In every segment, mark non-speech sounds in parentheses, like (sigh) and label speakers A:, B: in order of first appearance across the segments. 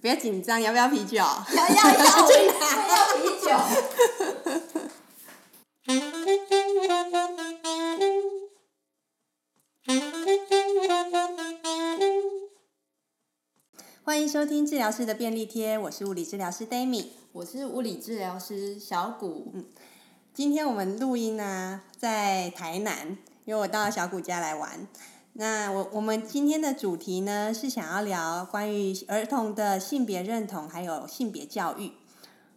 A: 不要紧张，要不要啤酒？
B: 要要要，我要啤酒。
A: (laughs) 欢迎收听治疗师的便利贴，我是物理治疗师 d a m i
B: 我是物理治疗师小谷，
A: 今天我们录音呢、在台南，因为我到小谷家来玩。那我我们今天的主题呢是想要聊关于儿童的性别认同还有性别教育。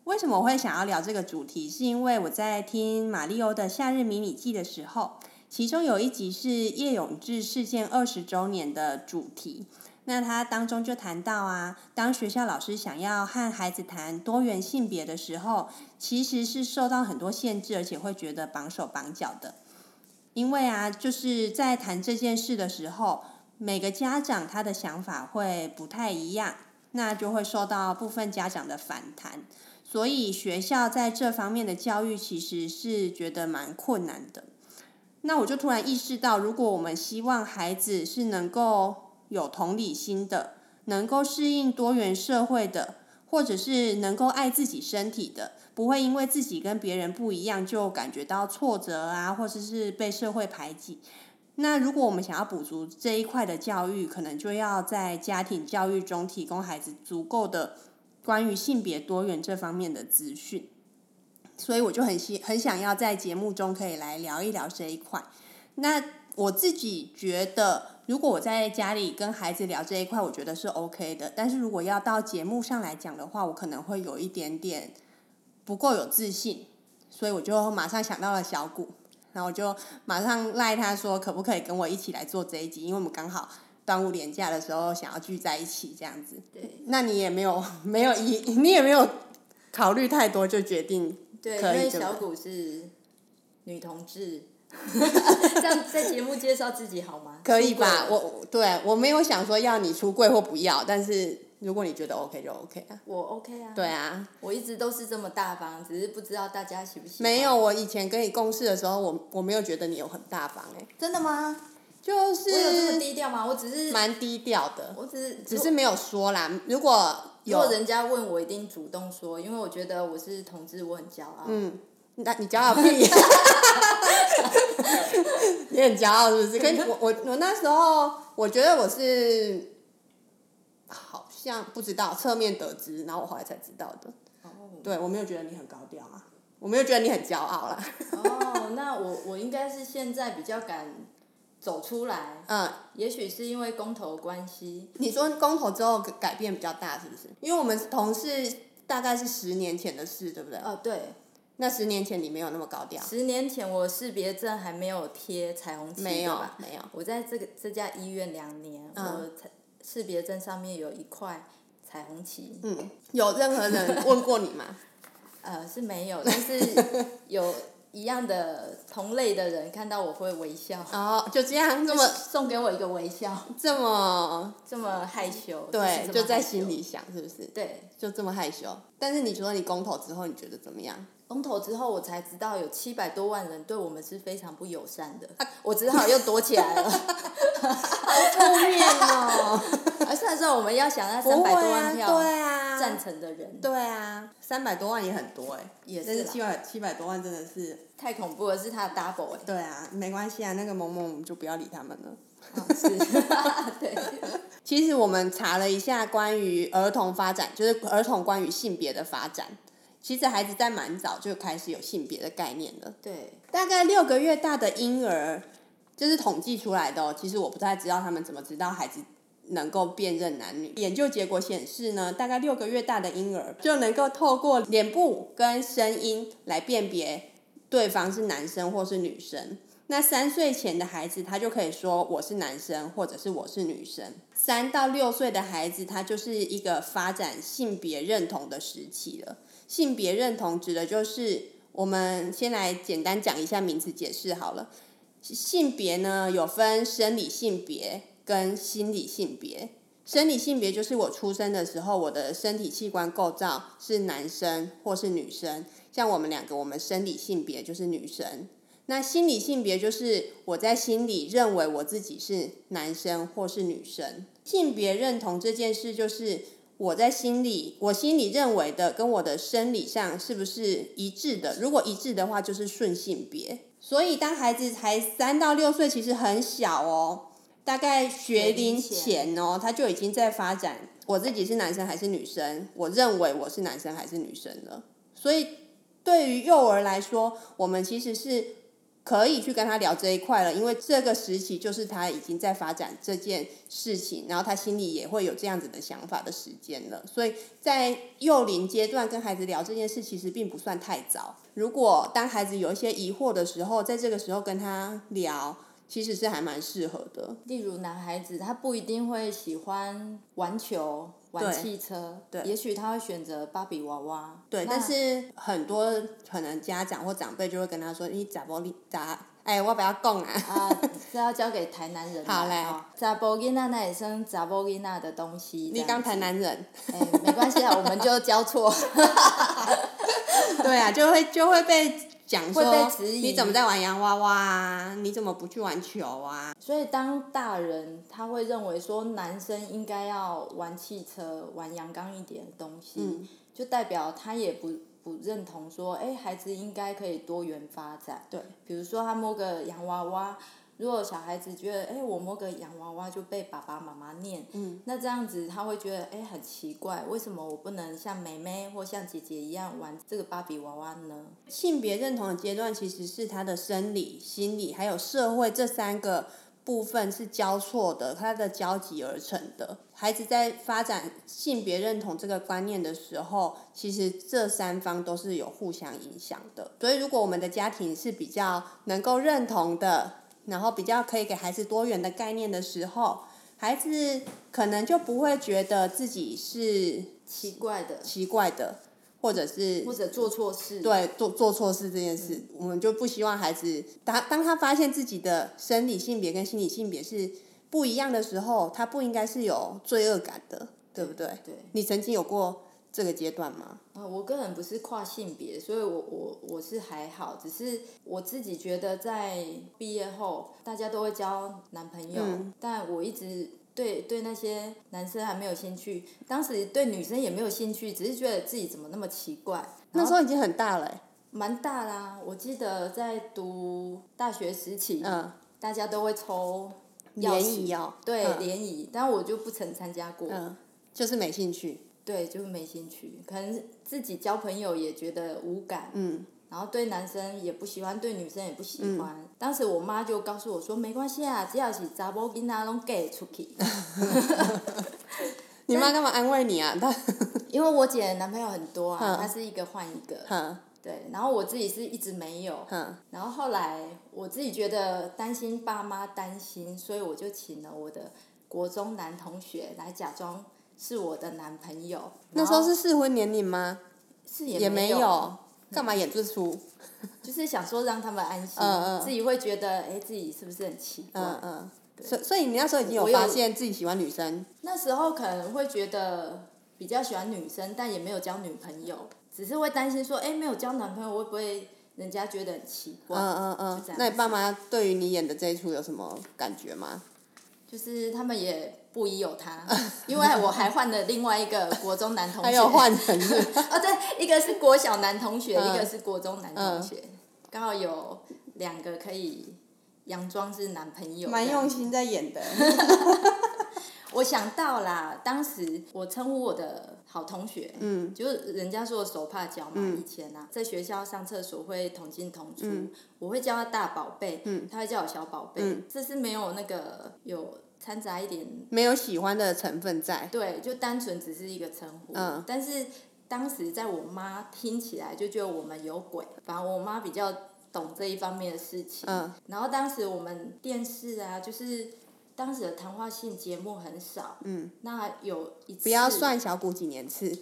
A: 为什么我会想要聊这个主题？是因为我在听马里欧的《夏日迷你记》的时候，其中有一集是叶永志事件二十周年的主题。那他当中就谈到啊，当学校老师想要和孩子谈多元性别的时候，其实是受到很多限制，而且会觉得绑手绑脚的。因为啊，就是在谈这件事的时候，每个家长他的想法会不太一样，那就会受到部分家长的反弹。所以学校在这方面的教育其实是觉得蛮困难的。那我就突然意识到，如果我们希望孩子是能够有同理心的，能够适应多元社会的，或者是能够爱自己身体的，不会因为自己跟别人不一样就感觉到挫折啊，或者是被社会排挤。那如果我们想要补足这一块的教育，可能就要在家庭教育中提供孩子足够的关于性别多元这方面的资讯。所以我就很希很想要在节目中可以来聊一聊这一块。那我自己觉得，如果我在家里跟孩子聊这一块，我觉得是 OK 的。但是如果要到节目上来讲的话，我可能会有一点点不够有自信，所以我就马上想到了小谷，然后我就马上赖他说可不可以跟我一起来做这一集，因为我们刚好端午连假的时候想要聚在一起这样子。
B: 对
A: 那你也没有 (laughs) 没有一你也没有考虑太多就决定
B: 对，因
A: 可以
B: 为
A: 对
B: 小
A: 吧
B: 谷是女同志，这样在节目介绍自己好吗？
A: 可以
B: 出
A: 吧？
B: 轨
A: 我我对我没有想说要你出柜或不要，但是如果你觉得 OK 就 OK 啊。
B: 我 OK 啊，
A: 对，啊，
B: 我一直都是这么大方，只是不知道大家喜不喜欢。
A: 没有，我以前跟你共事的时候，我我没有觉得你有很大方哎、
B: 真的吗？
A: 就
B: 我有这么
A: 是
B: 低调吗？我只是，
A: 蛮低调的，
B: 我只是，
A: 只是没有说啦。如果
B: 如果
A: 有
B: 人家问我，一定主动说，因为我觉得我是同志，我很骄傲。
A: 嗯，那你骄傲屁， (laughs) 你很骄傲是不是？可是我我我那时候我觉得我是好像不知道侧面得知，然后我后来才知道的。
B: 哦
A: 对我没有觉得你很高调啊，我没有觉得你很骄傲啦。 (laughs)
B: 哦，那我我应该是现在比较敢走出来，
A: 嗯，
B: 也许是因为公投关系，
A: 你说公投之后改变比较大是不是？因为我们同事大概是十年前的事，对不对？
B: 哦，对，
A: 那十年前你没有那么高调，
B: 十年前我识别证还没有贴彩虹旗，
A: 没有
B: 对吧？
A: 没有，
B: 我在这个这家医院两年，
A: 嗯
B: 我才识别证上面有一块彩虹旗，
A: 嗯，有任何人问过你吗？ (laughs)
B: 呃，是没有，但是有一样的同类的人看到我会微笑，
A: 哦，就这样这
B: 这
A: 么
B: 送给我一个微笑，
A: 这么
B: 这么害羞，
A: 对，
B: 是这么
A: 就在
B: 害羞
A: 心，里想是不是？
B: 对。
A: 就这么害羞。但是你说你公投之后，你觉得怎么
B: (laughs)
A: 样？
B: 公投之后，我才知道有七百多万人对我们是非常不友善的，
A: 啊
B: 我只好又躲起
A: (laughs)
B: 来了。
A: 负面哦， (laughs)
B: 而虽然说我们要想那三
A: 不
B: 百
A: 会
B: 多
A: 啊，
B: 万票
A: 对啊，
B: 赞成的人，
A: 对啊，三百多万也很多哎、
B: 也
A: 但
B: 是
A: 是
B: 啦
A: 七百七百多万真的是，
B: 太恐怖了，是他的 double 哎、
A: 对啊，没关系啊，那个萌萌我们就不要理他们了。
B: 啊是， (laughs) 对，
A: 其实我们查了一下关于儿童发展，就是儿童关于性别的发展，其实孩子在蛮早就开始有性别的概念了。
B: 对，
A: 大概六个月大的婴儿，这是统计出来的哦。其实我不太知道他们怎么知道孩子能够辨认男女。研究结果显示呢，大概六个月大的婴儿就能够透过脸部跟声音来辨别对方是男生或是女生。那三岁前的孩子，他就可以说我是男生，或者是我是女生。三到六岁的孩子，他就是一个发展性别认同的时期了。性别认同指的就是我们先来简单讲一下名词解释好了。性别呢有分生理性别跟心理性别。生理性别就是我出生的时候，我的身体器官构造是男生或是女生。像我们两个，我们生理性别就是女生。那心理性别就是我在心里认为我自己是男生或是女生。性别认同这件事，就是我在心里，我心里认为的跟我的生理上是不是一致的？如果一致的话，就是顺性别。所以当孩子才三到六岁，其实很小哦，大概学龄前哦，他就已经在发展我自己是男生还是女生，我认为我是男生还是女生了。所以对于幼儿来说，我们其实是可以去跟他聊这一块了，因为这个时期就是他已经在发展这件事情，然后他心里也会有这样子的想法的时间了。所以在幼龄阶段跟孩子聊这件事，其实并不算太早。如果当孩子有一些疑惑的时候，在这个时候跟他聊，其实是还蛮适合的。
B: 例如男孩子，他不一定会喜欢玩球、玩
A: 对
B: 汽车，
A: 对
B: 也许他会选择芭比娃娃。
A: 对，
B: 那
A: 但是很多可能家长或长辈就会跟他说：“你咋不你咋？哎，我不要讲啊。”
B: (laughs) 啊，这要交给台南人啦。
A: 好嘞
B: 哦，查甫囡仔那也生查甫囡仔的东西。
A: 你
B: 这样
A: 刚
B: 子
A: 台南人，
B: 哎、没关系啊，我们就交错。 (laughs)
A: 对啊，就会就会被讲说
B: 会被质疑
A: 你怎么在玩洋娃娃啊？你怎么不去玩球啊？
B: 所以当大人他会认为说男生应该要玩汽车、玩阳刚一点的东西，
A: 嗯
B: 就代表他也不不认同说，哎、孩子应该可以多元发展。
A: 对，
B: 比如说他摸个洋娃娃，如果小孩子觉得，哎、我摸个洋娃娃就被爸爸妈妈念，
A: 嗯，
B: 那这样子他会觉得，哎、很奇怪，为什么我不能像妹妹或像姐姐一样玩这个芭比娃娃呢？
A: 性别认同的阶段其实是他的生理、心理还有社会这三个部分是交错的，它的交集而成的。孩子在发展性别认同这个观念的时候，其实这三方都是有互相影响的。所以，如果我们的家庭是比较能够认同的，然后比较可以给孩子多元的概念的时候，孩子可能就不会觉得自己是
B: 奇怪的，
A: 奇怪的，或者是
B: 或者做错事。
A: 对做做错事这件事，我们就不希望孩子当当他发现自己的生理性别跟心理性别是不一样的时候，他不应该是有罪恶感的，对不对？
B: 对。
A: 你曾经有过这个阶段吗？
B: 啊、我个人不是跨性别，所以我我我是还好，只是我自己觉得在毕业后，大家都会交男朋友，
A: 嗯
B: 但我一直对对那些男生还没有兴趣，当时对女生也没有兴趣，只是觉得自己怎么那么奇怪。
A: 那时
B: 候
A: 候已经很大了、欸，
B: 蛮大啦，我记得在读大学时期，
A: 嗯，
B: 大家都会抽钥
A: 联
B: 匙
A: 谊哦，
B: 对
A: 嗯
B: 联谊，但我就不曾参加过。
A: 嗯，就是没兴趣，
B: 对，就没兴趣，可能自己交朋友也觉得无感，
A: 嗯，
B: 然后对男生也不喜欢，对女生也不喜欢。当时我妈就告诉我说：“没关系啊，只要是查某囡仔拢嫁得出去。 (laughs)
A: 你妈干嘛安慰你啊？ (laughs) 她，”
B: 因为我姐的男朋友很多啊，
A: 嗯
B: 她是一个换一个，
A: 哼
B: 对。然后我自己是一直没有，
A: 哼，
B: 然后后来我自己觉得担心爸妈担心，所以我就请了我的国中男同学来假装是我的男朋友。
A: 那时候
B: 然后
A: 是适婚年龄吗？(laughs)
B: 是
A: 也没
B: 有
A: 有，嗯干嘛演这出？
B: 就是想说让他们安心，
A: 嗯嗯
B: 自己会觉得，哎、自己是不是很奇怪？
A: 嗯嗯，所所以你那时候已经有
B: 我有
A: 发现自己喜欢女生，
B: 那时候可能会觉得比较喜欢女生，但也没有交女朋友，只是会担心说，哎、没有交男朋友会不会人家觉得很奇怪？
A: 嗯嗯
B: 哦
A: 嗯
B: 就这样，
A: 那你爸妈对于你演的这一出有什么感觉吗？
B: 就是他们也不疑有他，因为我还换了另外一个国中男同学，
A: 还有换人是 (laughs)
B: 哦，对，一个是国小男同学，
A: 嗯
B: 一个是国中男同学，刚好有两个可以佯装是男朋友，
A: 蛮
B: 这样
A: 用心在演的。
B: 我想到啦，当时我称呼我的好同学，
A: 嗯
B: 就是人家说的手帕脚嘛，以前啊，在学校上厕所会同进同出，
A: 嗯
B: 我会叫他大宝贝，
A: 嗯
B: 他会叫我小宝贝，
A: 嗯
B: 这是没有那个有掺杂一点，
A: (laughs) 没有喜欢的成分在。
B: 对，就单纯只是一个称呼，
A: 嗯
B: 但是当时在我妈听起来就觉得我们有鬼，反正我妈比较懂这一方面的事情，
A: 嗯
B: 然后当时我们电视啊，就是当时的谈话性节目很少，
A: 嗯，
B: 那有一次
A: 不要算小谷几年次。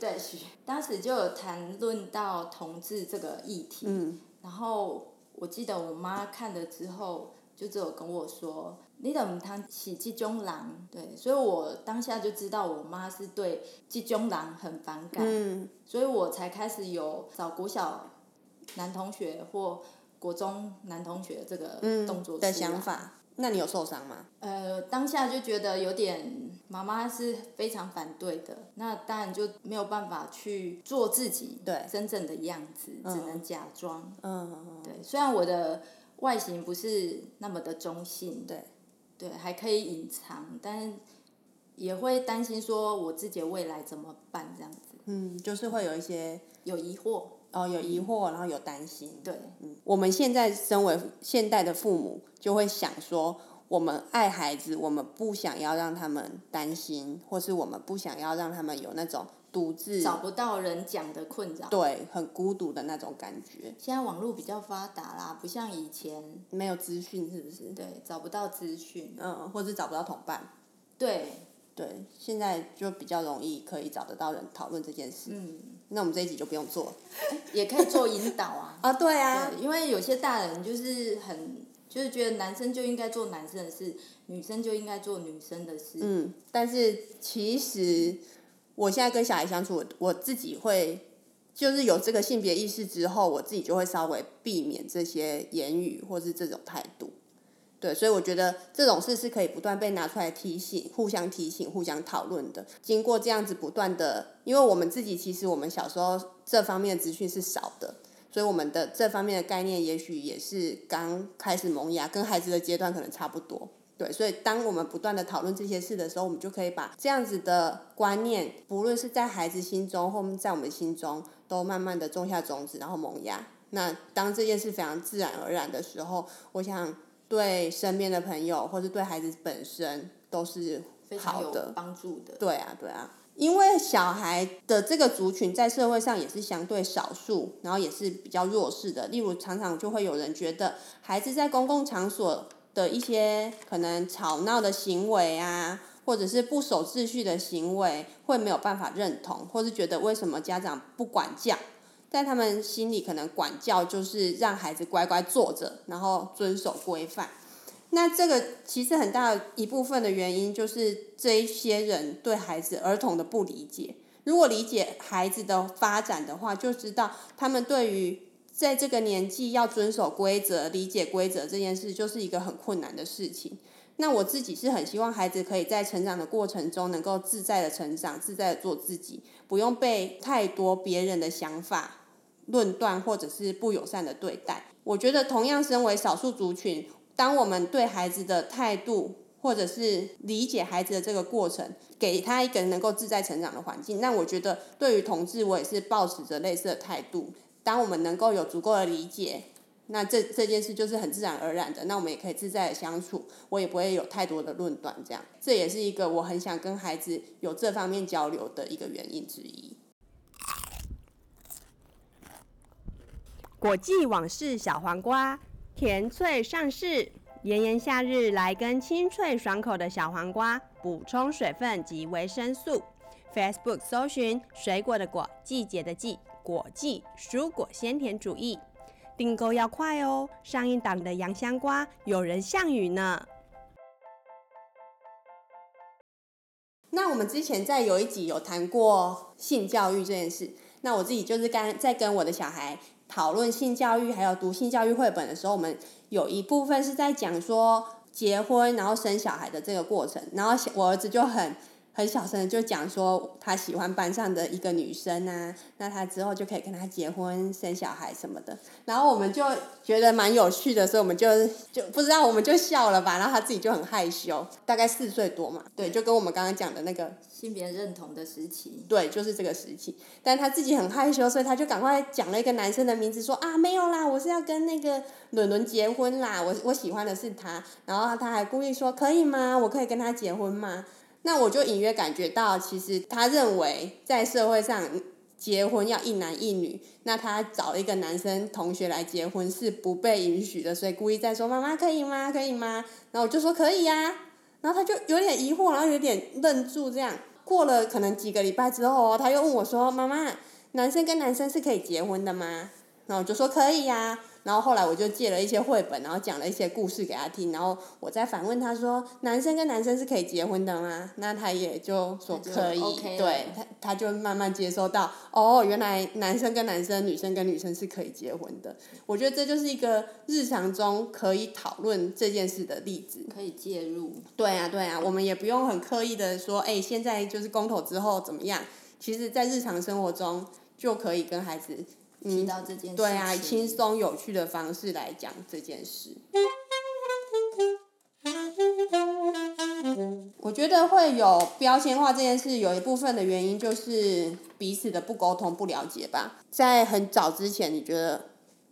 B: 对，当时就有谈论到同志这个议题，
A: 嗯
B: 然后我记得我妈看了之后，就只有跟我说：“你怎么谈起这种狼？”对，所以我当下就知道我妈是对这种狼很反感，
A: 嗯
B: 所以我才开始有找国小男同学或国中男同学这个动
A: 嗯
B: 作出来
A: 的想。法。那你有受伤吗？
B: 呃，当下就觉得有点，妈妈是非常反对的，那当然就没有办法去做自己
A: 对
B: 真正的样子，
A: 嗯
B: 只能假装。
A: 嗯，
B: 对，虽然我的外形不是那么的中性，
A: 对
B: 对，还可以隐藏，但也会担心说我自己的未来怎么办，这样子
A: 嗯，就是会有一些
B: 有疑惑。
A: 哦，有疑惑，然后有担心。
B: 对，
A: 嗯我们现在身为现代的父母，就会想说，我们爱孩子，我们不想要让他们担心，或是我们不想要让他们有那种独自
B: 找不到人讲的困扰。
A: 对很孤独的那种感觉，
B: 现在网络比较发达啦，不像以前，
A: 没有资讯是不是？
B: 对，找不到资讯。
A: 嗯，或是找不到同伴。
B: 对，
A: 对，现在就比较容易可以找得到人讨论这件事。
B: 嗯，
A: 那我们这一集就不用做了。
B: 也可以做引导啊
A: 啊，对 (laughs) 啊，
B: 对，因为有些大人就是很，就是觉得男生就应该做男生的事，女生就应该做女生的事。
A: 嗯，但是其实我现在跟小孩相处，我我自己会就是有这个性别意识之后，我自己就会稍微避免这些言语或是这种态度。对，所以我觉得这种事是可以不断被拿出来提醒、互相提醒、互相讨论的。经过这样子不断的，因为我们自己其实我们小时候这方面的资讯是少的，所以我们的这方面的概念也许也是刚开始萌芽，跟孩子的阶段可能差不多。对，所以当我们不断的讨论这些事的时候，我们就可以把这样子的观念，不论是在孩子心中或在我们心中，都慢慢的种下种子，然后萌芽。那当这件事非常自然而然的时候，我想对身边的朋友或是对孩子本身都是
B: 非常
A: 好
B: 有
A: 的。
B: 帮助的。
A: 对啊，对啊，因为小孩的这个族群在社会上也是相对少数，然后也是比较弱势的。例如，常常就会有人觉得孩子在公共场所的一些可能吵闹的行为啊。或者是不守秩序的行为，会没有办法认同，或是觉得为什么家长不管教，在他们心里可能管教就是让孩子乖乖坐着，然后遵守规范。那这个其实很大一部分的原因就是这一些人对孩子儿童的不理解。如果理解孩子的发展的话，就知道他们对于在这个年纪要遵守规则、理解规则这件事，就是一个很困难的事情。那我自己是很希望孩子可以在成长的过程中能够自在的成长，自在的做自己，不用被太多别人的想法论断或者是不友善的对待。我觉得同样身为少数族群，当我们对孩子的态度或者是理解孩子的这个过程，给他一个能够自在成长的环境，那我觉得对于同志，我也是抱持着类似的态度。当我们能够有足够的理解，那这这件事就是很自然而然的，那我们也可以自在的相处，我也不会有太多的论断，这样这也是一个我很想跟孩子有这方面交流的一个原因之一。果季往事小黄瓜，甜脆上市。炎炎夏日来根清脆爽口的小黄瓜，补充水分及维生素。Facebook 搜寻“水果的果，季节的季，果季蔬果鲜甜主义”，订购要快哦！上一档的洋香瓜有人项羽呢。那我们之前在有一集有谈过性教育这件事，那我自己就是刚在跟我的小孩讨论性教育，还有读性教育绘本的时候，我们有一部分是在讲说结婚然后生小孩的这个过程，然后小我儿子就很。很小声的就讲说他喜欢班上的一个女生啊，那他之后就可以跟她结婚、生小孩什么的。然后我们就觉得蛮有趣的，所以我们就就不知道我们就笑了吧。然后他自己就很害羞，大概四岁多嘛，对，就跟我们刚刚讲的那个
B: 性别认同的时期，
A: 对，就是这个时期。但他自己很害羞，所以他就赶快讲了一个男生的名字说，啊没有啦，我是要跟那个伦伦结婚啦，我我喜欢的是他。然后他还故意说可以吗？我可以跟他结婚吗？那我就隐约感觉到，其实他认为在社会上结婚要一男一女，那他找了一个男生同学来结婚是不被允许的，所以故意在说妈妈可以吗？可以吗？然后我就说可以啊呀、然后他就有点疑惑，然后有点愣住这样。过了可能几个礼拜之后哦，他又问我说：“妈妈，男生跟男生是可以结婚的吗？”然后我就说可以呀、然后后来我就借了一些绘本，然后讲了一些故事给他听，然后我再反问他说，男生跟男生是可以结婚的吗？那他也就说
B: 那就
A: 可以，
B: OK 了
A: 对他他就慢慢接收到，哦，原来男生跟男生、女生跟女生是可以结婚的。我觉得这就是一个日常中可以讨论这件事的例子。
B: 可以介入，
A: 对啊，对啊，我们也不用很刻意的说，哎，现在就是公投之后怎么样？其实，在日常生活中就可以跟孩子，
B: 提
A: 嗯，
B: 到这件事情，
A: 对啊，以轻松有趣的方式来讲这件事。
B: 嗯
A: 我觉得会有标签化这件事，有一部分的原因就是彼此的不沟通、不了解吧。在很早之前，你觉得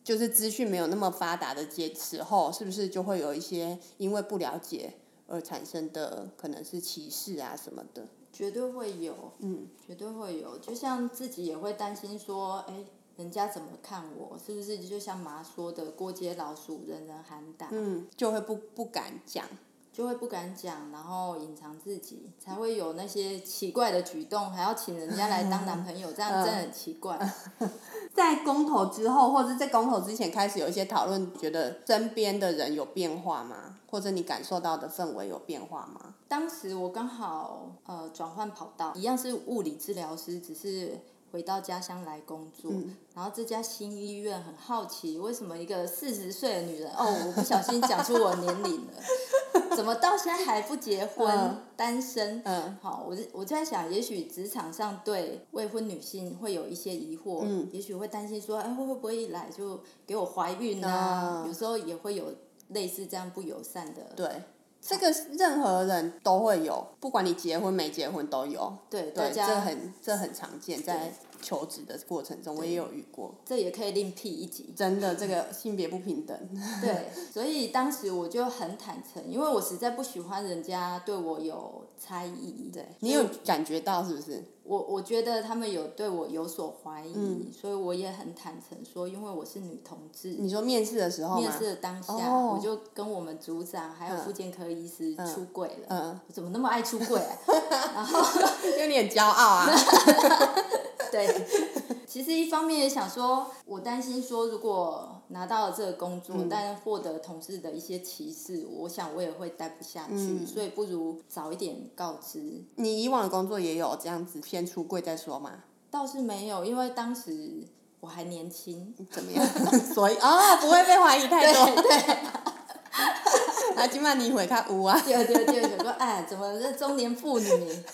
A: 就是资讯没有那么发达的节时候，是不是就会有一些因为不了解而产生的可能是歧视啊什么的？
B: 绝对会有，
A: 嗯，
B: 绝对会有。就像自己也会担心说，哎、人家怎么看我？是不是就像妈说的，过街老鼠，人人喊打，
A: 嗯，就会不不敢讲。
B: 就会不敢讲，然后隐藏自己，才会有那些奇怪的举动，还要请人家来当男朋友，这样
A: 嗯
B: 真的很奇
A: (laughs)
B: 怪。
A: 在公投之后，或者在公投之前开始有一些讨论，觉得身边的人有变化吗？或者你感受到的氛围有变化吗？
B: 当时我刚好呃转换跑道，一样是物理治疗师，只是回到家乡来工作。
A: 嗯
B: 然后这家新医院很好奇，为什么一个四十岁的女人，哦，我不小心讲出我年龄了， (laughs) 怎么到现在还不结婚，
A: 嗯
B: 单身？
A: 嗯，
B: 好，我就我就在想，也许职场上对未婚女性会有一些疑惑，
A: 嗯
B: 也许会担心说，哎，会会不会一来就给我怀孕啊？
A: 啊
B: 有时候也会有类似这样不友善的
A: 对，这个是任何人都会有，不管你结婚没结婚都有。
B: 对，大
A: 对，
B: 家
A: 这很这很常见，在
B: 对
A: 求职的过程中我也有遇过。
B: 这也可以另辟
A: (laughs)
B: 一集。
A: 真的，这个性别不平等， (laughs)
B: 对，所以当时我就很坦诚，因为我实在不喜欢人家对我有猜疑。对
A: 你有感觉到是不是？
B: 我我觉得他们有对我有所怀疑，
A: 嗯
B: 所以我也很坦诚说，因为我是女同志。
A: 你说面试的时候
B: 面
A: 吗
B: 试？的当下，
A: 嗯哦
B: 我就跟我们组长还有妇健科医师出柜了。
A: 嗯
B: 我怎么那么爱出柜、啊？
A: 因为你很骄傲啊。 (laughs)
B: 对， (laughs) 其实一方面也想说，我担心说，如果拿到了这个工
A: 嗯
B: 作，但获得同事的一些歧视，我想我也会待不下去，
A: 嗯
B: 所以不如早一点告知。
A: 你以往的工作也有这样子先出柜再说吗？
B: 倒是没有，因为当时我还年轻，
A: 怎么样？ (laughs) 所以啊、不会被怀疑太多。
B: 对对
A: 啊，今晚你回看有啊。
B: 对对对，想说哎，怎么这中年妇女？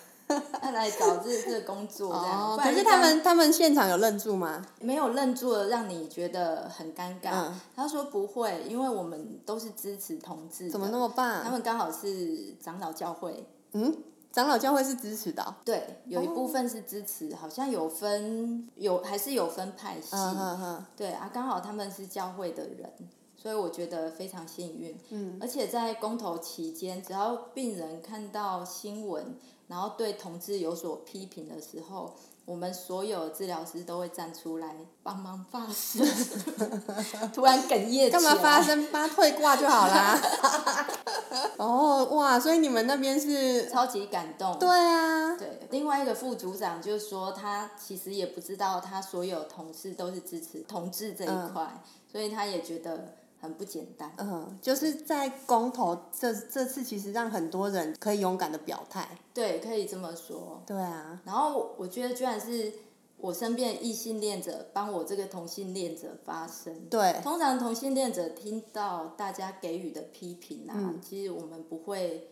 B: 要来找这这个工作这样，
A: 哦
B: 不然
A: 可是
B: 一
A: 他
B: 般
A: 们他们现场有愣住吗？
B: 没有愣住了，让你觉得很尴尬。
A: 嗯
B: 他说不会，因为我们都是支持同志的，
A: 怎么那么棒？
B: 他们刚好是长老教会，
A: 嗯，长老教会是支持的哦、
B: 对，有一部分是支持，好像有分有还是有分派系，
A: 嗯嗯嗯，
B: 对啊，刚好他们是教会的人，所以我觉得非常幸运。嗯，而且在公投期间，只要病人看到新闻，然后对同志有所批评的时候。我们所有治疗师都会站出来帮忙发声， (laughs) 突然哽咽起来。
A: 干嘛发生八退卦就好 (laughs) 啦？哦哇，所以你们那边是？
B: 超级感动。
A: 对啊，
B: 对，另外一个副组长就说，他其实也不知道他所有同事都是支持同志这一块，所以他也觉得很不简单。
A: 嗯，就是在公投这这次，其实让很多人可以勇敢的表态。
B: 对，可以这么说。
A: 对啊，
B: 然后我我觉得居然是我身边的异性恋者帮我这个同性恋者发声。
A: 对，
B: 通常同性恋者听到大家给予的批评啊，
A: 嗯
B: 其实我们不会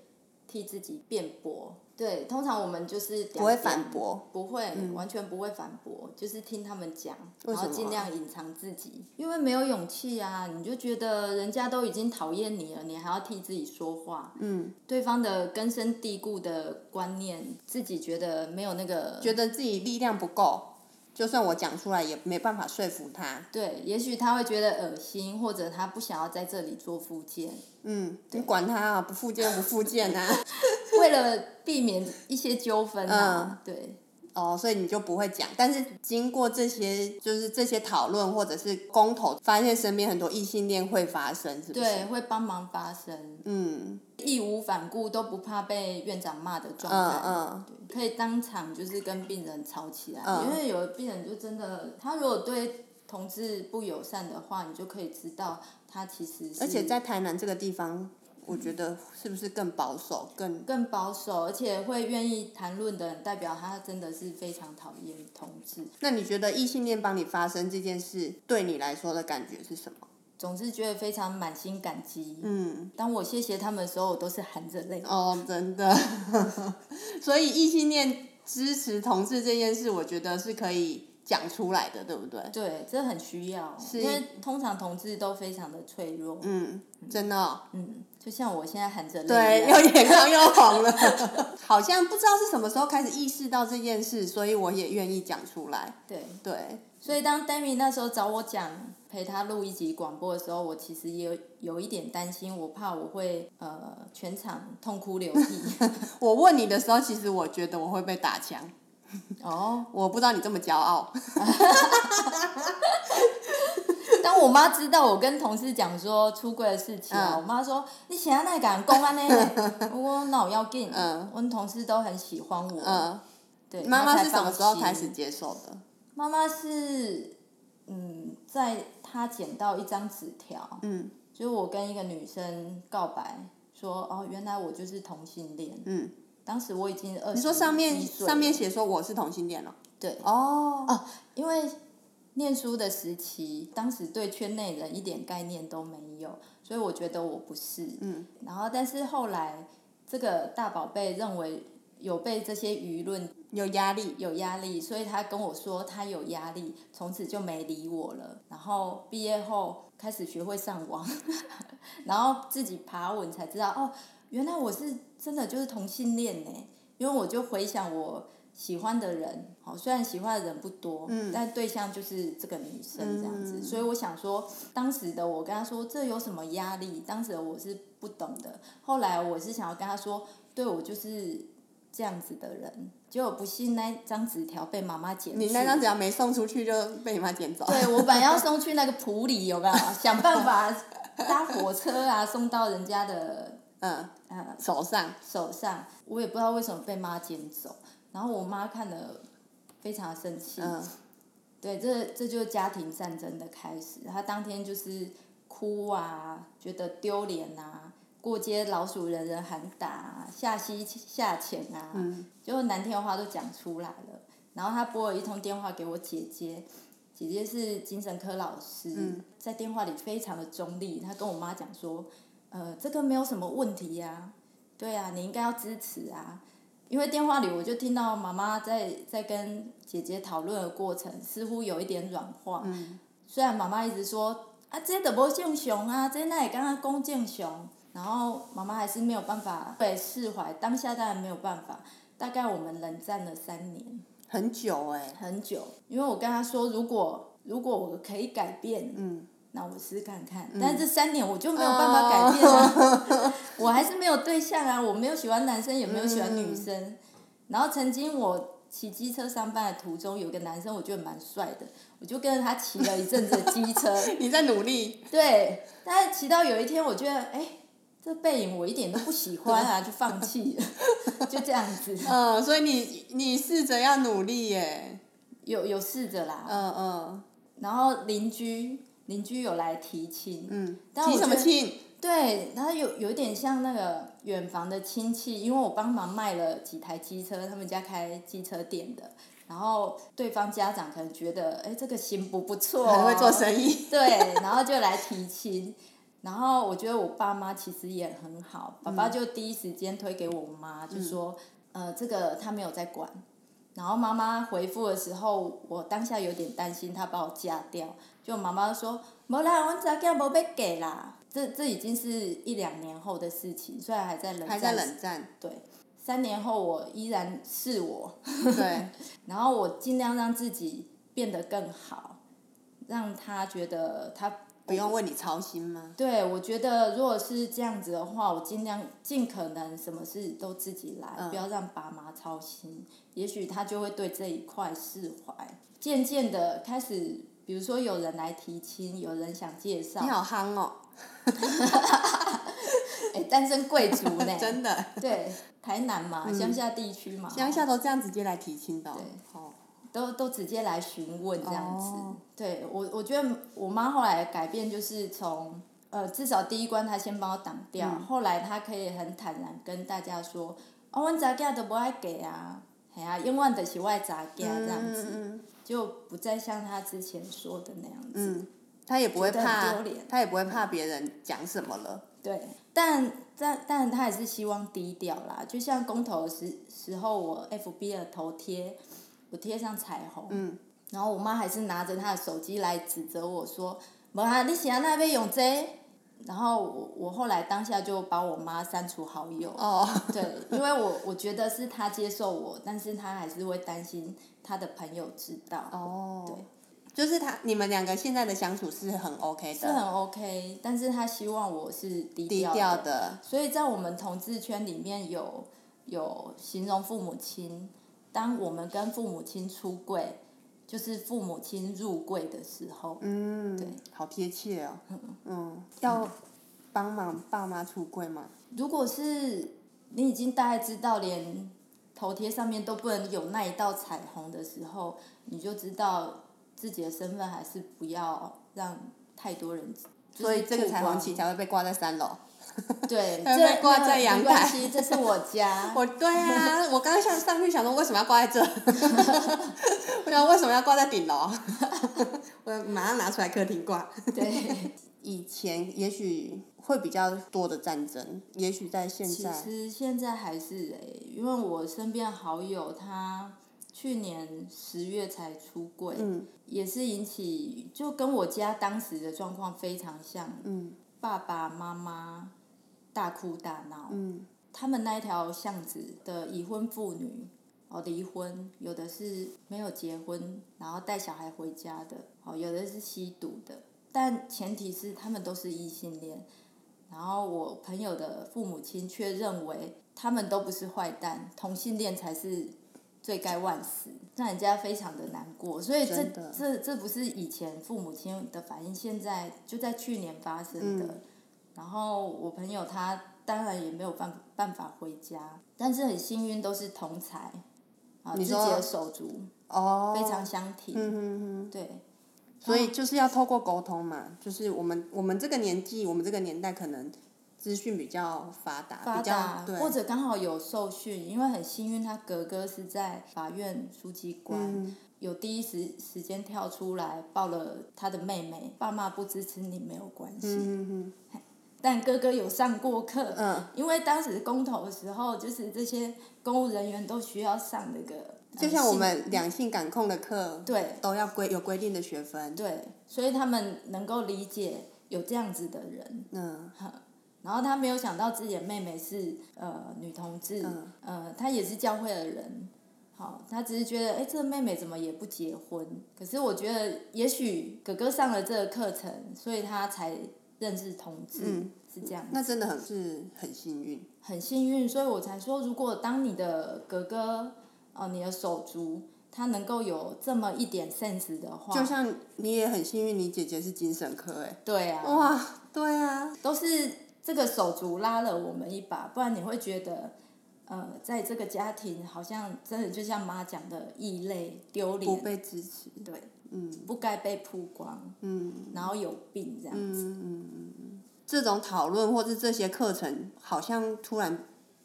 B: 替自己辩驳。对，通常我们就是
A: 不会
B: 两边
A: 反驳，嗯
B: 不会，完全不会反驳，就是听他们讲，
A: 为什
B: 然
A: 么啊
B: 后尽量隐藏自己，因为没有勇气啊！你就觉得人家都已经讨厌你了，你还要替自己说话，
A: 嗯，
B: 对方的根深蒂固的观念，自己觉得没有那个，
A: 觉得自己力量不够，就算我讲出来也没办法说服他。
B: 对，也许他会觉得恶心，或者他不想要在这里做复健，
A: 嗯，你管他啊，不复健不复健啊。
B: (laughs) 为了避免一些纠纷
A: 嗯
B: 啊，对。
A: 哦，所以你就不会讲。但是经过这些，就是这些讨论或者是公投，发现身边很多异性恋会发生，是不是？
B: 对，会帮忙发声，
A: 嗯
B: 义无反顾都不怕被院长骂的状
A: 嗯
B: 态。
A: 嗯，
B: 可以当场就是跟病人吵起来，
A: 嗯
B: 因为有的病人就真的，他如果对同志不友善的话，你就可以知道他其实是
A: 而且在台南这个地方，我觉得是不是更保守、更
B: 更保守，而且会愿意谈论的人，代表他真的是非常讨厌同志。
A: 那你觉得异性恋帮你发生这件事，对你来说的感觉是什么？
B: 总之觉得非常满心感激。
A: 嗯，
B: 当我谢谢他们的时候，我都是含着泪。
A: 哦，真的， (laughs) 所以异性恋支持同志这件事，我觉得是可以讲出来的，对不对？
B: 对，这很需要，
A: 是
B: 因为通常同志都非常的脆弱。
A: 嗯，真的哦、
B: 嗯，就像我现在含着泪
A: 对，
B: 一样。
A: 又 (laughs) 眼眶又红了， (laughs) 好像不知道是什么时候开始意识到这件事，所以我也愿意讲出来。
B: 对，
A: 对，
B: 所以当 d a m i 那时候找我讲陪他录一集广播的时候，我其实也有有一点担心，我怕我会呃全场痛哭流涕。
A: (laughs) 我问你的时候，其实我觉得我会被打枪，
B: 哦，
A: 我不知道你这么骄 (laughs) 傲。
B: 当我妈知道我跟同事讲说出柜的事情啊，
A: 嗯
B: 我妈说：“你现在那敢公安呢？”
A: (laughs)
B: 我说：“那我要紧，
A: 嗯
B: 我们同事都很喜欢我。
A: 嗯，
B: 对，
A: 妈妈
B: 她才
A: 是什么时候
B: 放心
A: 开始？接受的？
B: 妈妈是嗯，在她捡到一张纸条，
A: 嗯
B: 就是我跟一个女生告白说：“哦，原来我就是同性恋。
A: 嗯，”
B: 当时我已经二十，
A: 你说上面上面写说我是同性恋了、
B: 对，
A: 哦，哦，
B: 因为念书的时期，当时对圈内人一点概念都没有，所以我觉得我不是。
A: 嗯，
B: 然后但是后来这个大宝贝认为有被这些舆论
A: 有压力，
B: 有压力，所以他跟我说他有压力，从此就没理我了。然后毕业后开始学会上网， (laughs) 然后自己爬文才知道哦，原来我是真的就是同性恋呢。因为我就回想我喜欢的人，好，虽然喜欢的人不多，
A: 嗯
B: 但对象就是这个女生这样子，
A: 嗯
B: 所以我想说，当时的我跟他说这有什么压力？当时的我是不懂的，后来我是想要跟他说，对我就是这样子的人，结果不幸那张纸条被妈妈捡去。
A: 你那张只要没送出去就被你妈捡走。
B: 对我本来要送去那个普里，有没有？想办法搭火车啊， (laughs) 送到人家的
A: 嗯，
B: 呃
A: 手上，
B: 手上。我也不知道为什么被妈捡走，然后我妈看了非常生气。
A: 嗯，
B: 对，这这就是家庭战争的开始。她当天就是哭啊，觉得丢脸啊，过街老鼠人人喊打、啊，下西下潜啊，
A: 嗯
B: 结果难听的话都讲出来了。然后他拨了一通电话给我姐姐，姐姐是精神科老师，
A: 嗯
B: 在电话里非常的中立。她跟我妈讲说，呃，这个没有什么问题呀、对啊，你应该要支持啊。因为电话里我就听到妈妈在在跟姐姐讨论的过程，似乎有一点软化。
A: 嗯
B: 虽然妈妈一直说啊，这都不正常啊，这那也刚刚公正常，然后妈妈还是没有办法被释怀，当下当然没有办法。大概我们冷战了三年，
A: 很久哎、
B: 很久，因为我跟她说，如果如果我可以改变，
A: 嗯，
B: 那我试试看看。但是这三年我就没有办法改变啊， (laughs) 我还是没有对象啊，我没有喜欢男生，也没有喜欢女生。然后曾经我骑机车上班的途中，有个男生我觉得蛮帅的，我就跟着他骑了一阵子的机车。
A: 你在努力，
B: 对，但是骑到有一天，我觉得哎、这背影我一点都不喜欢啊，就放弃了， (laughs) 就这样子。
A: 嗯，所以你你试着要努力耶、
B: 有有试着啦，
A: 嗯嗯
B: 然后邻居邻居有来提亲，
A: 嗯，
B: 但我
A: 提什么
B: 觉得
A: 亲？
B: 对，然后有有点像那个远房的亲戚，因为我帮忙卖了几台机车，他们家开机车店的，然后对方家长可能觉得，哎，这个行不不错、
A: 很
B: 哦，
A: 会做生意，
B: 对，然后就来提亲。然后我觉得我爸妈其实也很好，爸
A: 嗯
B: 爸就第一时间推给我妈，就说、呃这个他没有在管。然后妈妈回复的时候，我当下有点担心她把我嫁掉，就妈妈说没啦，我早嫁没被给啦。这这已经是一两年后的事情，虽然还在冷
A: (laughs)
B: 战，
A: 还在冷战。
B: 对。三年后我依然是我，
A: 对，
B: 然后我尽量让自己变得更好，让他觉得他
A: (laughs) 不用为你操心吗？
B: 对，我觉得如果是这样子的话，我尽量尽可能什么事都自己来，
A: 嗯
B: 不要让爸妈操心。也许他就会对这一块释怀。渐渐的开始，比如说有人来提亲，有人想介
A: (laughs)
B: 绍
A: 你，好憨哦，
B: 哎，单身贵族呢？
A: (laughs) 真的，嗯
B: 对，台南嘛，乡下地区嘛，
A: 乡下都这样直接来提亲的哦、
B: 对
A: 哦，
B: 都都直接来询问这样子。
A: 哦
B: 对我，我觉得我妈后来改变就是从呃，至少第一关她先帮我挡掉，
A: 嗯
B: 后来她可以很坦然跟大家说，哦，阮查囝都不爱给啊，嘿啊，永远就是我的查囝这样子，
A: 嗯
B: 就不再像她之前说的那样子。
A: 嗯，他也不会
B: 觉得很
A: 怕
B: 丢脸，
A: 他也不会怕别人讲什么了。
B: 对，但但但他也是希望低调啦。就像公投的时时候，我 FB 的头贴，我贴上彩虹，
A: 嗯
B: 然后我妈还是拿着她的手机来指责我说：“没啊，你喜欢那边用这个然后我我后来当下就把我妈删除好友。
A: (laughs) 哦，
B: 对，因为我我觉得是她接受我，但是她还是会担心她的朋友知道。
A: 哦，就是他，你们两个现在的相处是很 OK
B: 是很
A: 的，
B: OK，但是她希望我是低
A: 低
B: 调
A: 调的，
B: 所以在我们同志圈里面有有形容父母亲，当我们跟父母亲出柜，就是父母亲入柜的时候，对
A: 嗯，好贴切哦，嗯，要帮忙爸妈出柜吗？
B: 如果是你已经大概知道连头贴上面都不能有那一道彩虹的时候，你就知道自己的身份还是不要让太多人。就是
A: 所以这个
B: 曝
A: 彩
B: 光
A: 虹 (laughs) 旗才会被挂在三楼。
B: 对，
A: 还
B: 这
A: 被挂
B: 那
A: 在阳
B: 没关
A: 台，
B: 系这是我家
A: (laughs) 我对
B: (laughs)
A: 啊，我刚刚想上去想说为什么要挂在这， (laughs) 我想为什么要挂在顶楼， (laughs) 我马上拿出来客厅挂。
B: 对。
A: 以前也许会比较多的战争，也许在现
B: 其
A: 在，
B: 实现在还是诶、因为我身边好友他去年十月才出柜，
A: 嗯
B: 也是引起就跟我家当时的状况非常像，
A: 嗯
B: 爸爸妈妈大哭大闹，
A: 嗯
B: 他们那一条巷子的已婚妇女。哦，离婚有的是没有结婚，然后带小孩回家的，哦，有的是吸毒的，但前提是他们都是异性恋。然后我朋友的父母亲却认为他们都不是坏蛋，同性恋才是罪该万死，让人家非常的难过。所以这
A: 真的
B: 这这不是以前父母亲的反应，现在就在去年发生的。
A: 嗯
B: 然后我朋友他当然也没有办办法回家，但是很幸运都是同才啊，自
A: 你
B: 己
A: 说
B: 的手足
A: 哦，
B: 非常相挺，
A: 嗯嗯嗯，
B: 对。
A: 所以就是要透过沟通嘛，就是我们我们这个年纪，我们这个年代可能资讯比较发达，
B: 发达
A: 比较，对，
B: 或者刚好有受训，因为很幸运，他哥哥是在法院书记官，
A: 嗯
B: 有第一时时间跳出来抱了他的妹妹。爸妈不支持你没有关系，
A: 嗯嗯
B: 但哥哥有上过课，
A: 嗯，
B: 因为当时公投的时候，就是这些公务人员都需要上那个，呃
A: 就像我
B: 性
A: 们两性感控的课，
B: 对
A: 都要规有规定的学分，
B: 对，所以他们能够理解有这样子的人，
A: 嗯
B: 然后他没有想到自己的妹妹是呃女同志，
A: 嗯
B: 呃，她也是教会的人，好，他只是觉得，哎，这个妹妹怎么也不结婚？可是我觉得，也许哥哥上了这个课程，所以他才认识同志，
A: 嗯
B: 是这样子，
A: 那真的很是很幸运，
B: 很幸运，所以我才说，如果当你的哥哥，呃，你的手足，他能够有这么一点 sense 的话，
A: 就像你也很幸运，你姐姐是精神科哎、
B: 对啊，
A: 哇，对啊，
B: 都是这个手足拉了我们一把，不然你会觉得，呃，在这个家庭好像真的就像妈讲的异类、丢
A: 不
B: 脸，
A: 被支持，
B: 对，
A: 嗯
B: 不该被曝光，
A: 嗯
B: 然后有病这样子。
A: 这种讨论或是这些课程，好像突然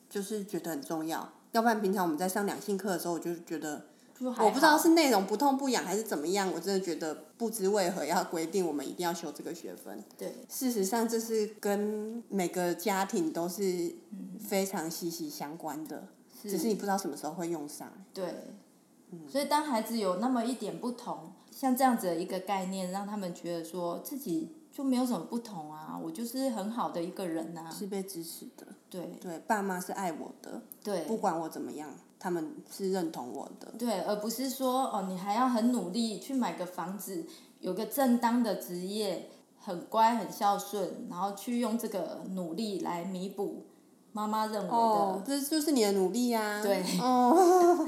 A: 就是觉得很重要。要不然平常我们在上两性课的时候，我就觉得
B: 就还好
A: 我不知道是内容不痛不痒还是怎么样，我真的觉得不知为何要规定我们一定要修这个学分。
B: 对
A: 事实上，这是跟每个家庭都是
B: 嗯
A: 非常息息相关的，只是你不知道什么时候会用上。欸
B: 对，
A: 嗯
B: 所以当孩子有那么一点不同，像这样子的一个概念，让他们觉得说自己就没有什么不同啊，我就是很好的一个人啊，
A: 是被支持的，
B: 对
A: 对，爸妈是爱我的，
B: 对
A: 不管我怎么样，他们是认同我的。
B: 对，而不是说哦，你还要很努力去买个房子，有个正当的职业，很乖很孝顺，然后去用这个努力来弥补妈妈认为的。
A: 哦，这就是你的努力啊。
B: 对
A: 哦，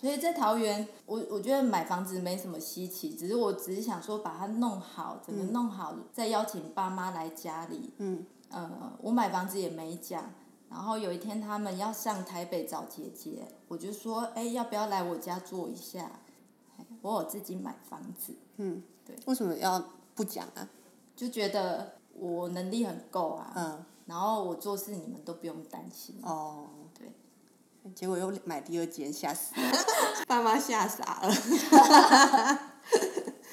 B: 所以在桃园，我我觉得买房子没什么稀奇，只是我只是想说把它弄好，整个弄好，再邀请爸妈来家里。
A: 嗯
B: 呃，我买房子也没讲，然后有一天他们要上台北找姐姐，我就说，哎、要不要来我家坐一下？哎我有自己买房子，
A: 为什么要不讲啊？
B: 就觉得我能力很够啊，
A: 嗯，
B: 然后我做事你们都不用担心。 (laughs)
A: 哦，
B: 对，
A: 结果又买第二间，吓死， (laughs) 爸妈吓傻了。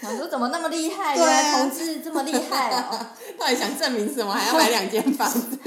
B: 想说怎么那么厉害，
A: 对
B: 原
A: 啊
B: 来同志这么厉害哦。 (laughs)
A: 到底想证明什么？还要买两间房子？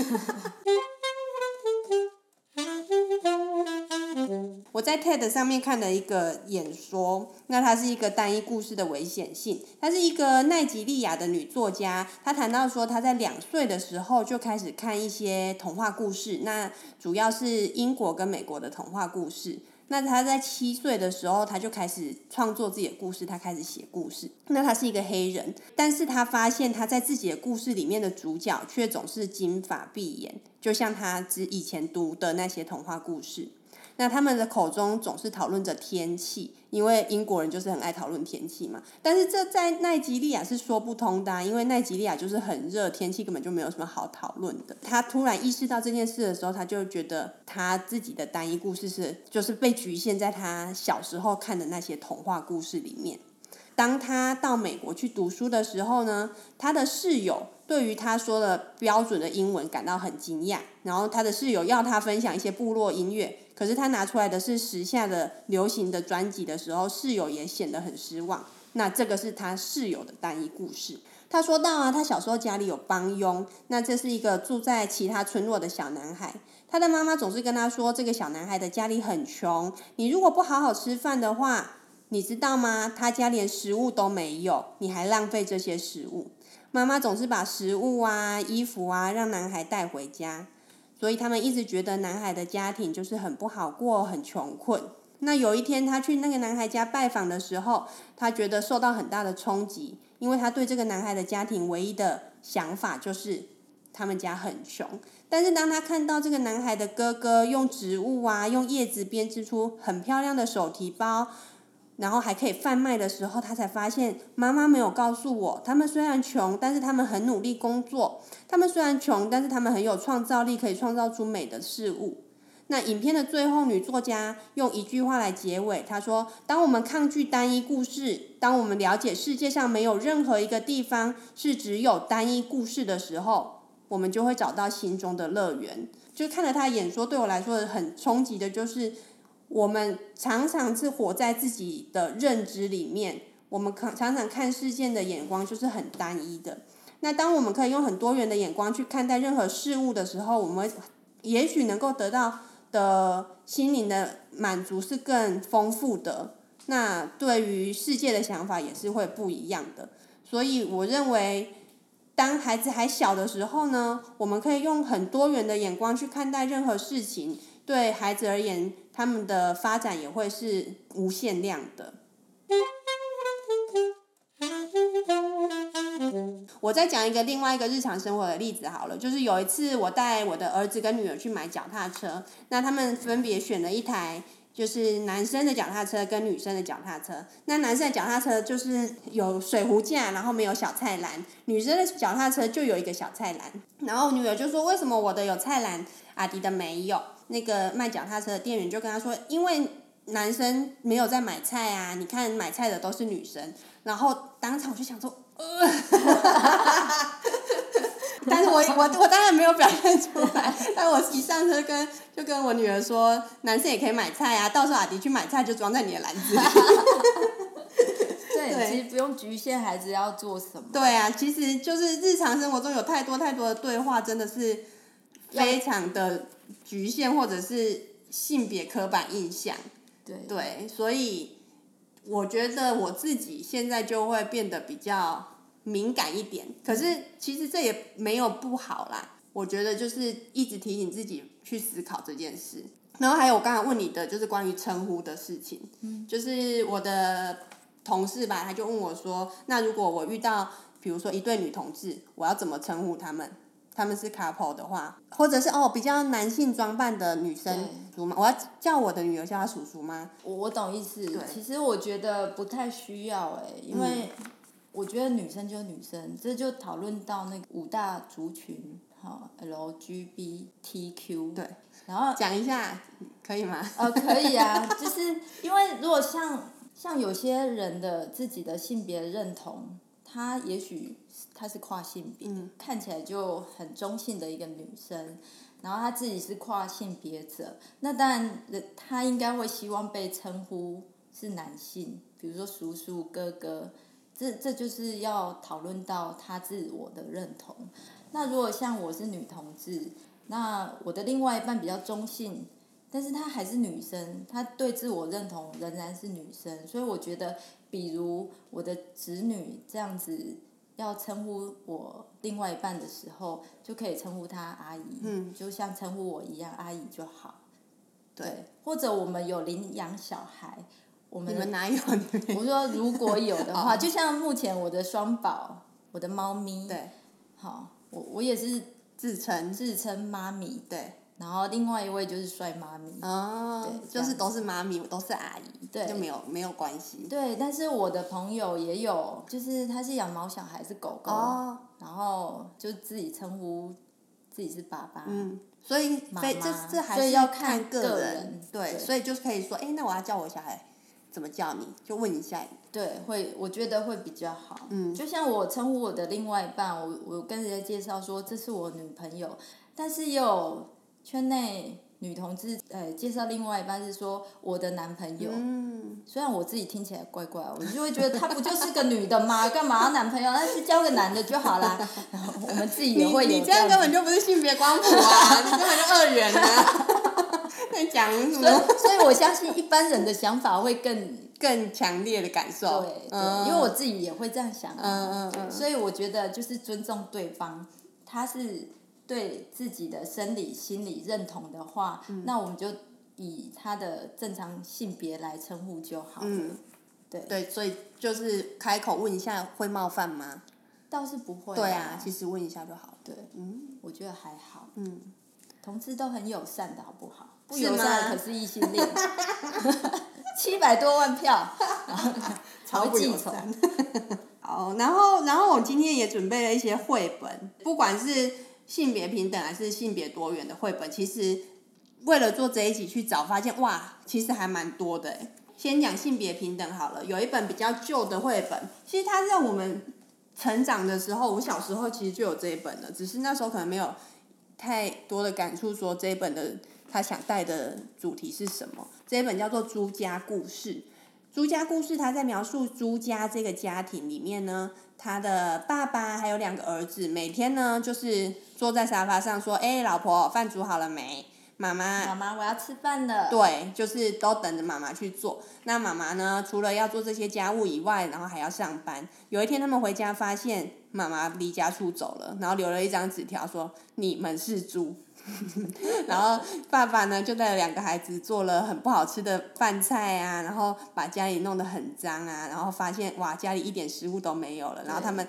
A: 我在 TED 上面看了一个演说，那它是一个单一故事的危险性。它是一个奈及利亚的女作家，她谈到说她在两岁的时候就开始看一些童话故事，那主要是英国跟美国的童话故事。那她在七岁的时候，她就开始创作自己的故事，她开始写故事。那她是一个黑人，但是她发现她在自己的故事里面的主角却总是金发碧眼，就像她之以前读的那些童话故事。那他们的口中总是讨论着天气，因为英国人就是很爱讨论天气嘛。但是这在奈及利亚是说不通的、啊，因为奈及利亚就是很热，天气根本就没有什么好讨论的。他突然意识到这件事的时候，他就觉得他自己的单一故事是就是被局限在他小时候看的那些童话故事里面。当他到美国去读书的时候呢，他的室友对于他说的标准的英文感到很惊讶，然后他的室友要他分享一些部落音乐，可是他拿出来的是时下的流行的专辑的时候，室友也显得很失望。那这个是他室友的单一故事。他说到啊，他小时候家里有帮佣，那这是一个住在其他村落的小男孩。他的妈妈总是跟他说，这个小男孩的家里很穷，你如果不好好吃饭的话，你知道吗？他家连食物都没有，你还浪费这些食物。妈妈总是把食物啊、衣服啊让男孩带回家，所以他们一直觉得男孩的家庭就是很不好过、很穷困。那有一天，他去那个男孩家拜访的时候，他觉得受到很大的冲击，因为他对这个男孩的家庭唯一的想法就是他们家很穷。但是当他看到这个男孩的哥哥用植物啊、用叶子编织出很漂亮的手提包，然后还可以贩卖的时候，他才发现妈妈没有告诉我，他们虽然穷，但是他们很努力工作；他们虽然穷，但是他们很有创造力，可以创造出美的事物。那影片的最后，女作家用一句话来结尾，她说：“当我们抗拒单一故事，当我们了解世界上没有任何一个地方是只有单一故事的时候，我们就会找到心中的乐园。”就看了她的演说，对我来说很冲击的，就是我们常常是活在自己的认知里面，我们看常常看事件的眼光就是很单一的。那当我们可以用很多元的眼光去看待任何事物的时候，我们也许能够得到的心灵的满足是更丰富的。那对于世界的想法也是会不一样的。所以我认为，当孩子还小的时候呢，我们可以用很多元的眼光去看待任何事情，对孩子而言，他们的发展也会是无限量的。我再讲一个另外一个日常生活的例子好了，就是有一次我带我的儿子跟女儿去买脚踏车，那他们分别选了一台就是男生的脚踏车跟女生的脚踏车。那男生的脚踏车就是有水壶架，然后没有小菜篮；女生的脚踏车就有一个小菜篮。然后女儿就说：“为什么我的有菜篮，阿迪的没有？”那个卖脚踏车的店员就跟他说：“因为男生没有在买菜啊，你看买菜的都是女生。”然后当场我就想说， (laughs) 呃，但是我我我当然没有表现出来，但我一上车跟就跟我女儿说，男生也可以买菜啊，到时候阿迪去买菜就装在你的篮子里。
B: 对，
A: 对
B: 其实不用局限孩子要做什么，
A: 对啊，其实就是日常生活中有太多太多的对话，真的是非常的局限或者是性别刻板印象。
B: 对
A: 对，所以我觉得我自己现在就会变得比较敏感一点。可是其实这也没有不好啦，我觉得就是一直提醒自己去思考这件事。然后还有我刚才问你的，就是关于称呼的事情，就是我的同事吧，他就问我说，那如果我遇到比如说一对女同志，我要怎么称呼他们？他们是 couple 的话，或者是哦比较男性装扮的女生
B: 对
A: 叔吗？我要叫我的女儿叫她叔叔吗？
B: 我我懂意思
A: 对。
B: 其实我觉得不太需要哎、因
A: 嗯
B: 为我觉得女生就是女生，这就讨论到那个五大族群，好 LGBTQ，
A: 对，
B: 然后
A: (laughs) 讲一下可以吗？
B: 呃，可以啊， (laughs) 就是因为如果像像有些人的自己的性别认同，他也许他是跨性
A: 嗯
B: 别，看起来就很中性的一个女生，然后他自己是跨性别者，那当然人他应该会希望被称呼是男性，比如说叔叔、哥哥，这这就是要讨论到他自我的认同。那如果像我是女同志，那我的另外一半比较中性，但是她还是女生，她对自我认同仍然是女生，所以我觉得，比如我的侄女这样子要称呼我另外一半的时候，就可以称呼她阿姨，
A: 嗯
B: 就像称呼我一样阿姨就好。
A: 对，
B: 或者我们有领养小孩，我
A: 你
B: 们
A: 们哦哪有？你们
B: 我说如果有
A: (laughs)
B: 的话，就像目前我的双宝，我的猫咪，
A: 对
B: 好，我我也是
A: 自称
B: 自称妈咪，
A: 对
B: 然后另外一位就是帅妈咪，
A: 哦，
B: 对这
A: 就
B: 样
A: 是都是妈咪，我都是阿姨，
B: 对
A: 就没有没有关系。
B: 对，但是我的朋友也有，就是他是养毛小孩，是狗狗，
A: 哦，
B: 然后就自己称呼自己是爸爸，
A: 嗯，所以
B: 妈
A: 非这
B: 妈
A: 这还
B: 所以
A: 是
B: 要
A: 看
B: 看个
A: 人
B: 人，
A: 对，
B: 对
A: 所以就是可以说，哎，那我要叫我小孩怎么叫你，就问一下，
B: 对，会我觉得会比较好。
A: 嗯
B: 就像我称呼我的另外一半，我我跟人家介绍说这是我女朋友，但是也有圈内女同志呃介绍另外一半是说我的男朋友，
A: 嗯，
B: 虽然我自己听起来怪怪，啊我就会觉得她不就是个女的吗？干嘛要男朋友？那去交个男的就
A: (laughs)
B: 好啦。然后我们自己
A: 你
B: 也会有
A: 你这样根
B: 子
A: 本就不是性别光谱 (laughs) 啊，你根本就二元啊，在讲什
B: 所以
A: 么，
B: 所以我相信一般人的想法会更
A: 更强烈的感受？
B: 对
A: 嗯
B: 对，因为我自己也会这样想啊
A: 嗯嗯嗯
B: 所以我觉得就是尊重对方，他是对自己的生理、心理认同的话，
A: 嗯
B: 那我们就以他的正常性别来称呼就好了。
A: 嗯
B: 对，
A: 对，所以就是开口问一下会冒犯吗？
B: 倒是不会、
A: 对啊，其实问一下就好了。
B: 对，
A: 嗯
B: 我觉得还好，
A: 嗯。
B: 同志都很友善的好不好？不
A: 是
B: 友善
A: 吗
B: 的可是异性恋， (laughs) 七百多
A: (laughs)
B: 万票，
A: 超
B: 超
A: 不友
B: 记仇。
A: 善。 (laughs) 好，然后然后我今天也准备了一些绘本，不管是性别平等还是性别多元的绘本，其实为了做这一集去找，发现哇，其实还蛮多的诶。先讲性别平等好了，有一本比较旧的绘本，其实它在我们成长的时候，我小时候其实就有这一本了，只是那时候可能没有太多的感触，说这一本的他想带的主题是什么。这一本叫做《朱家故事》，朱家故事，他在描述朱家这个家庭里面呢，他的爸爸还有两个儿子，每天呢就是坐在沙发上说：“哎、老婆，饭煮好了没？妈妈
B: 妈妈，我要吃饭了。
A: 对，就是都等着妈妈去做。那妈妈呢，除了要做这些家务以外，然后还要上班。有一天他们回家发现妈妈离家出走了，然后留了一张纸条说：“你们是猪。” (laughs) 然后爸爸呢就带了两个孩子做了很不好吃的饭菜啊，然后把家里弄得很脏啊，然后发现哇家里一点食物都没有了，然后他们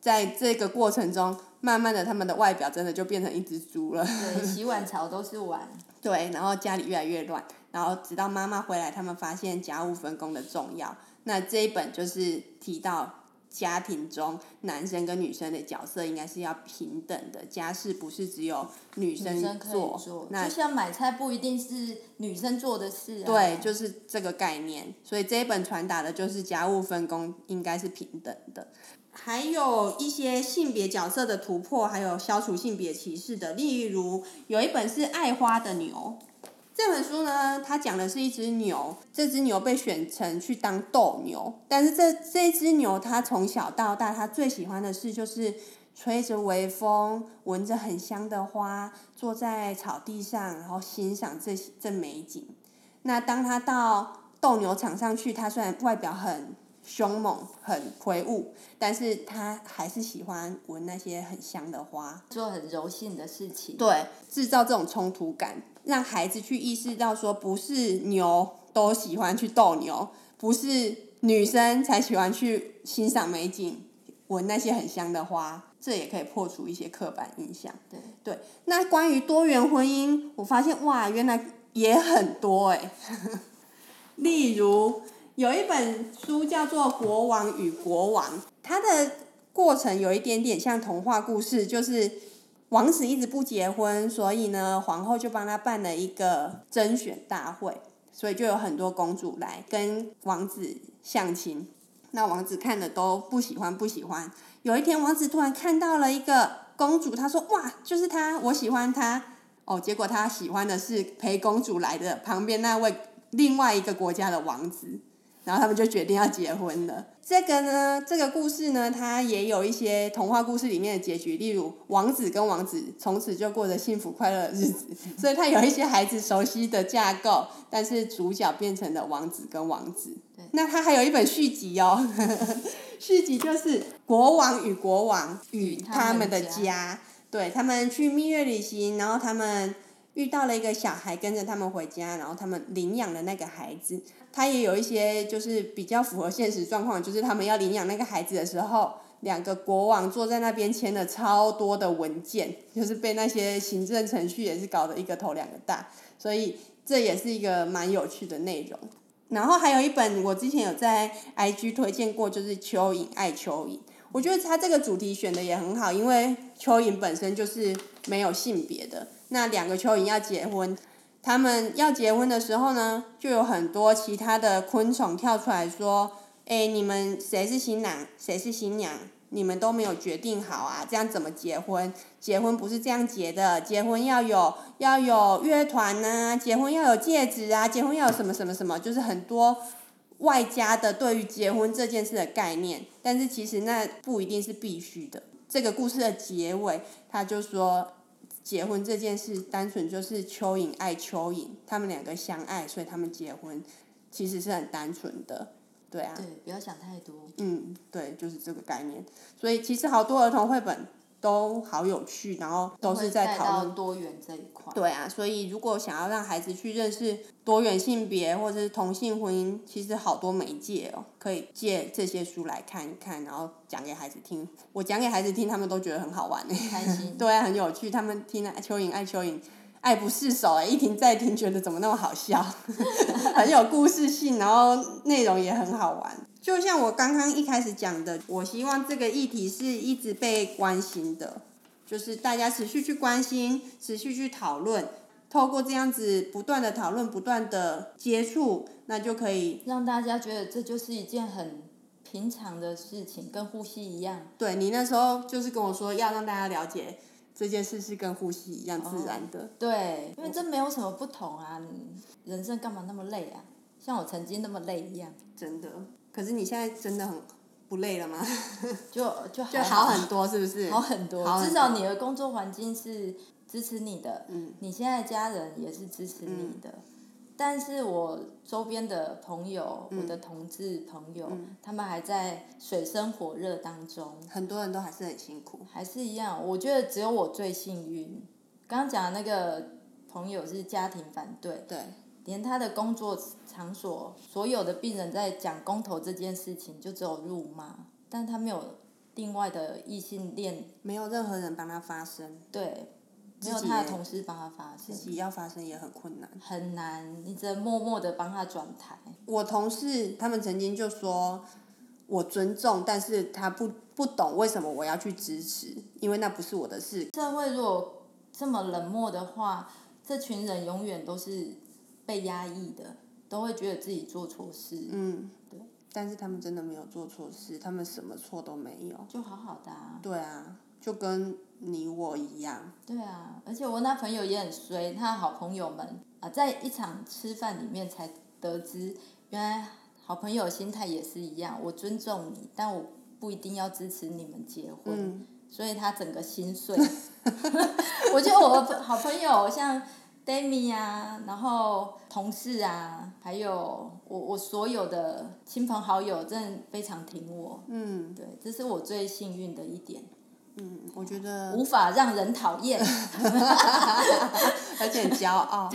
A: 在这个过程中，慢慢的他们的外表真的就变成一只猪了。
B: 对，洗碗槽都是碗。
A: 对，然后家里越来越乱，然后直到妈妈回来，他们发现家务分工的重要。那这一本就是提到家庭中男生跟女生的角色应该是要平等的，家事不是只有女
B: 女生可以
A: 做，
B: 做，
A: 那
B: 就像买菜不一定是女生做的事啊。
A: 对，就是这个概念。所以这一本传达的就是家务分工应该是平等的。还有一些性别角色的突破，还有消除性别歧视的，例如有一本是《爱花的牛》。这本书呢，它讲的是一只牛，这只牛被选成去当斗牛，但是这这只牛它从小到大，它最喜欢的事就是吹着微风，闻着很香的花，坐在草地上，然后欣赏这这美景。那当他到斗牛场上去，他虽然外表很凶猛、很魁梧，但是他还是喜欢闻那些很香的花。
B: 做很柔性的事情。
A: 对，制造这种冲突感，让孩子去意识到说，不是牛都喜欢去斗牛，不是女生才喜欢去欣赏美景、闻那些很香的花。这也可以破除一些刻板印象。
B: 对
A: 对，那关于多元婚姻，我发现哇，原来也很多哎、 (laughs) 例如有一本书叫做《国王与国王》，它的过程有一点点像童话故事，就是王子一直不结婚，所以呢，皇后就帮他办了一个甄选大会，所以就有很多公主来跟王子相亲。那王子看的都不喜欢，不喜欢。有一天，王子突然看到了一个公主，他说：“哇，就是她，我喜欢她。”哦，结果他喜欢的是陪公主来的旁边那位另外一个国家的王子，然后他们就决定要结婚了。这个呢，这个故事呢，它也有一些童话故事里面的结局，例如王子跟王子从此就过着幸福快乐的日子， (laughs) 所以它有一些孩子熟悉的架构，但是主角变成了王子跟王子。那它还有一本续集哦， (laughs) 续集就是《国王与国王与他们的
B: 与他们
A: 家》，对他们去蜜月旅行，然后他们遇到了一个小孩跟着他们回家，然后他们领养了那个孩子。他也有一些就是比较符合现实状况，就是他们要领养那个孩子的时候，两个国王坐在那边签了超多的文件，就是被那些行政程序也是搞得一个头两个大，所以这也是一个蛮有趣的内容。然后还有一本我之前有在 IG 推荐过，就是《蚯蚓爱蚯蚓》。我觉得它这个主题选的也很好，因为蚯蚓本身就是没有性别的。那两个蚯蚓要结婚，他们要结婚的时候呢，就有很多其他的昆虫跳出来说：“哎，你们谁是新郎，谁是新娘？你们都没有决定好啊，这样怎么结婚？结婚不是这样结的，结婚要有要有乐团呐、结婚要有戒指啊，结婚要有什么什么什么，就是很多外加的对于结婚这件事的概念，但是其实那不一定是必须的。这个故事的结尾，他就说，结婚这件事单纯就是蚯蚓爱蚯蚓，他们两个相爱，所以他们结婚，其实是很单纯的，对啊，
B: 对，不要想太多。
A: 嗯，对，就是这个概念。所以其实好多儿童绘本都好有趣，然后都是在
B: 会带
A: 讨论
B: 到多元这一块。
A: 对啊，所以如果想要让孩子去认识多元性别或者是同性婚姻，其实好多媒介哦，可以借这些书来看一看，然后讲给孩子听。我讲给孩子听，他们都觉得很好玩欸
B: 开心。
A: 对啊，很有趣。他们听了蚯蚓爱蚯蚓，爱不释手哎，一听再听，觉得怎么那么好笑， (laughs) 很有故事性，然后内容也很好玩。就像我刚刚一开始讲的，我希望这个议题是一直被关心的，就是大家持续去关心，持续去讨论，透过这样子不断的讨论、不断的接触，那就可以
B: 让大家觉得这就是一件很平常的事情，跟呼吸一样。
A: 对你那时候就是跟我说要让大家了解这件事是跟呼吸一样自然的，
B: 对，因为这没有什么不同啊，你人生干嘛那么累啊？像我曾经那么累一样，
A: 真的。可是你现在真的很不累了吗？
B: 就就
A: 就
B: 还
A: 好
B: 好
A: 很多，是不是？
B: 啊好哦很多，
A: 好很
B: 至少你的工作环境是支持你的，
A: 嗯
B: 你现在的家人也是支持你的。但是我周边的朋友，我的同志朋友，
A: 嗯
B: 他们还在水深火热当中，
A: 很多人都还是很辛苦。
B: 还是一样，我觉得只有我最幸运。刚刚讲的那个朋友是家庭反对，
A: 对，
B: 连他的工作场所所有的病人在讲公投这件事情，就只有辱骂，但他没有另外的异性恋，
A: 没有任何人帮他发声，
B: 对，没
A: 自
B: 有
A: 己
B: 他
A: 也
B: 的同事帮他发
A: 自
B: 声，
A: 己要发声也很困难。
B: 很难，你只能默默的帮他转台。
A: 我同事他们曾经就说，我尊重，但是他不不懂为什么我要去支持，因为那不是我的事。
B: 社会如果这么冷漠的话，这群人永远都是被压抑的，都会觉得自己做错事，
A: 嗯，但是他们真的没有做错事，他们什么错都没有。
B: 就好好的啊。
A: 对啊，就跟你我一样。
B: 对啊，而且我那朋友也很衰，他的好朋友们啊，在一场吃饭里面才得知，原来好朋友的心态也是一样，我尊重你，但我不一定要支持你们结婚，
A: 嗯，
B: 所以他整个心碎。 (laughs) 我觉得我的好朋友像 Demi 啊，然后同事啊，还有我我所有的亲朋好友，真的非常挺我。
A: 嗯
B: 对，这是我最幸运的一点，
A: 嗯，我觉得，
B: 无法让人讨厌。
A: 而且很骄傲。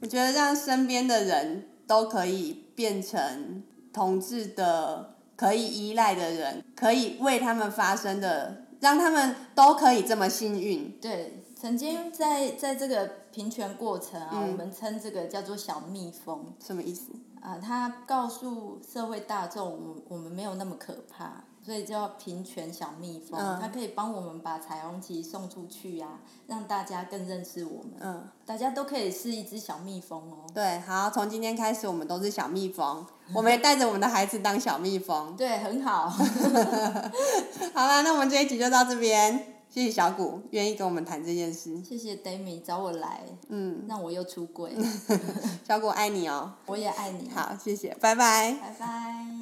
A: 我觉得让身边的人都可以变成同志的可以依赖的人，可以为他们发声的，让他们都可以这么幸运。
B: 对，曾经在在这个平权过程啊，
A: 嗯
B: 我们称这个叫做小蜜蜂
A: 什么意思？
B: 啊，它告诉社会大众，我们我们没有那么可怕，所以叫平权小蜜蜂，
A: 嗯
B: 它可以帮我们把彩虹旗送出去呀、让大家更认识我们。
A: 嗯，
B: 大家都可以是一只小蜜蜂哦。
A: 对，好，从今天开始我们都是小蜜蜂，我们也带着我们的孩子当小蜜蜂。
B: 对，很好。 (laughs)
A: 好啦，那我们这一集就到这边，谢谢小谷愿意跟我们谈这件事。
B: 谢谢 Demi 找我来，
A: 嗯，
B: 让我又出轨。
A: 小谷爱你哦。
B: 我也爱你。，
A: 好，谢谢，拜拜。
B: 拜拜。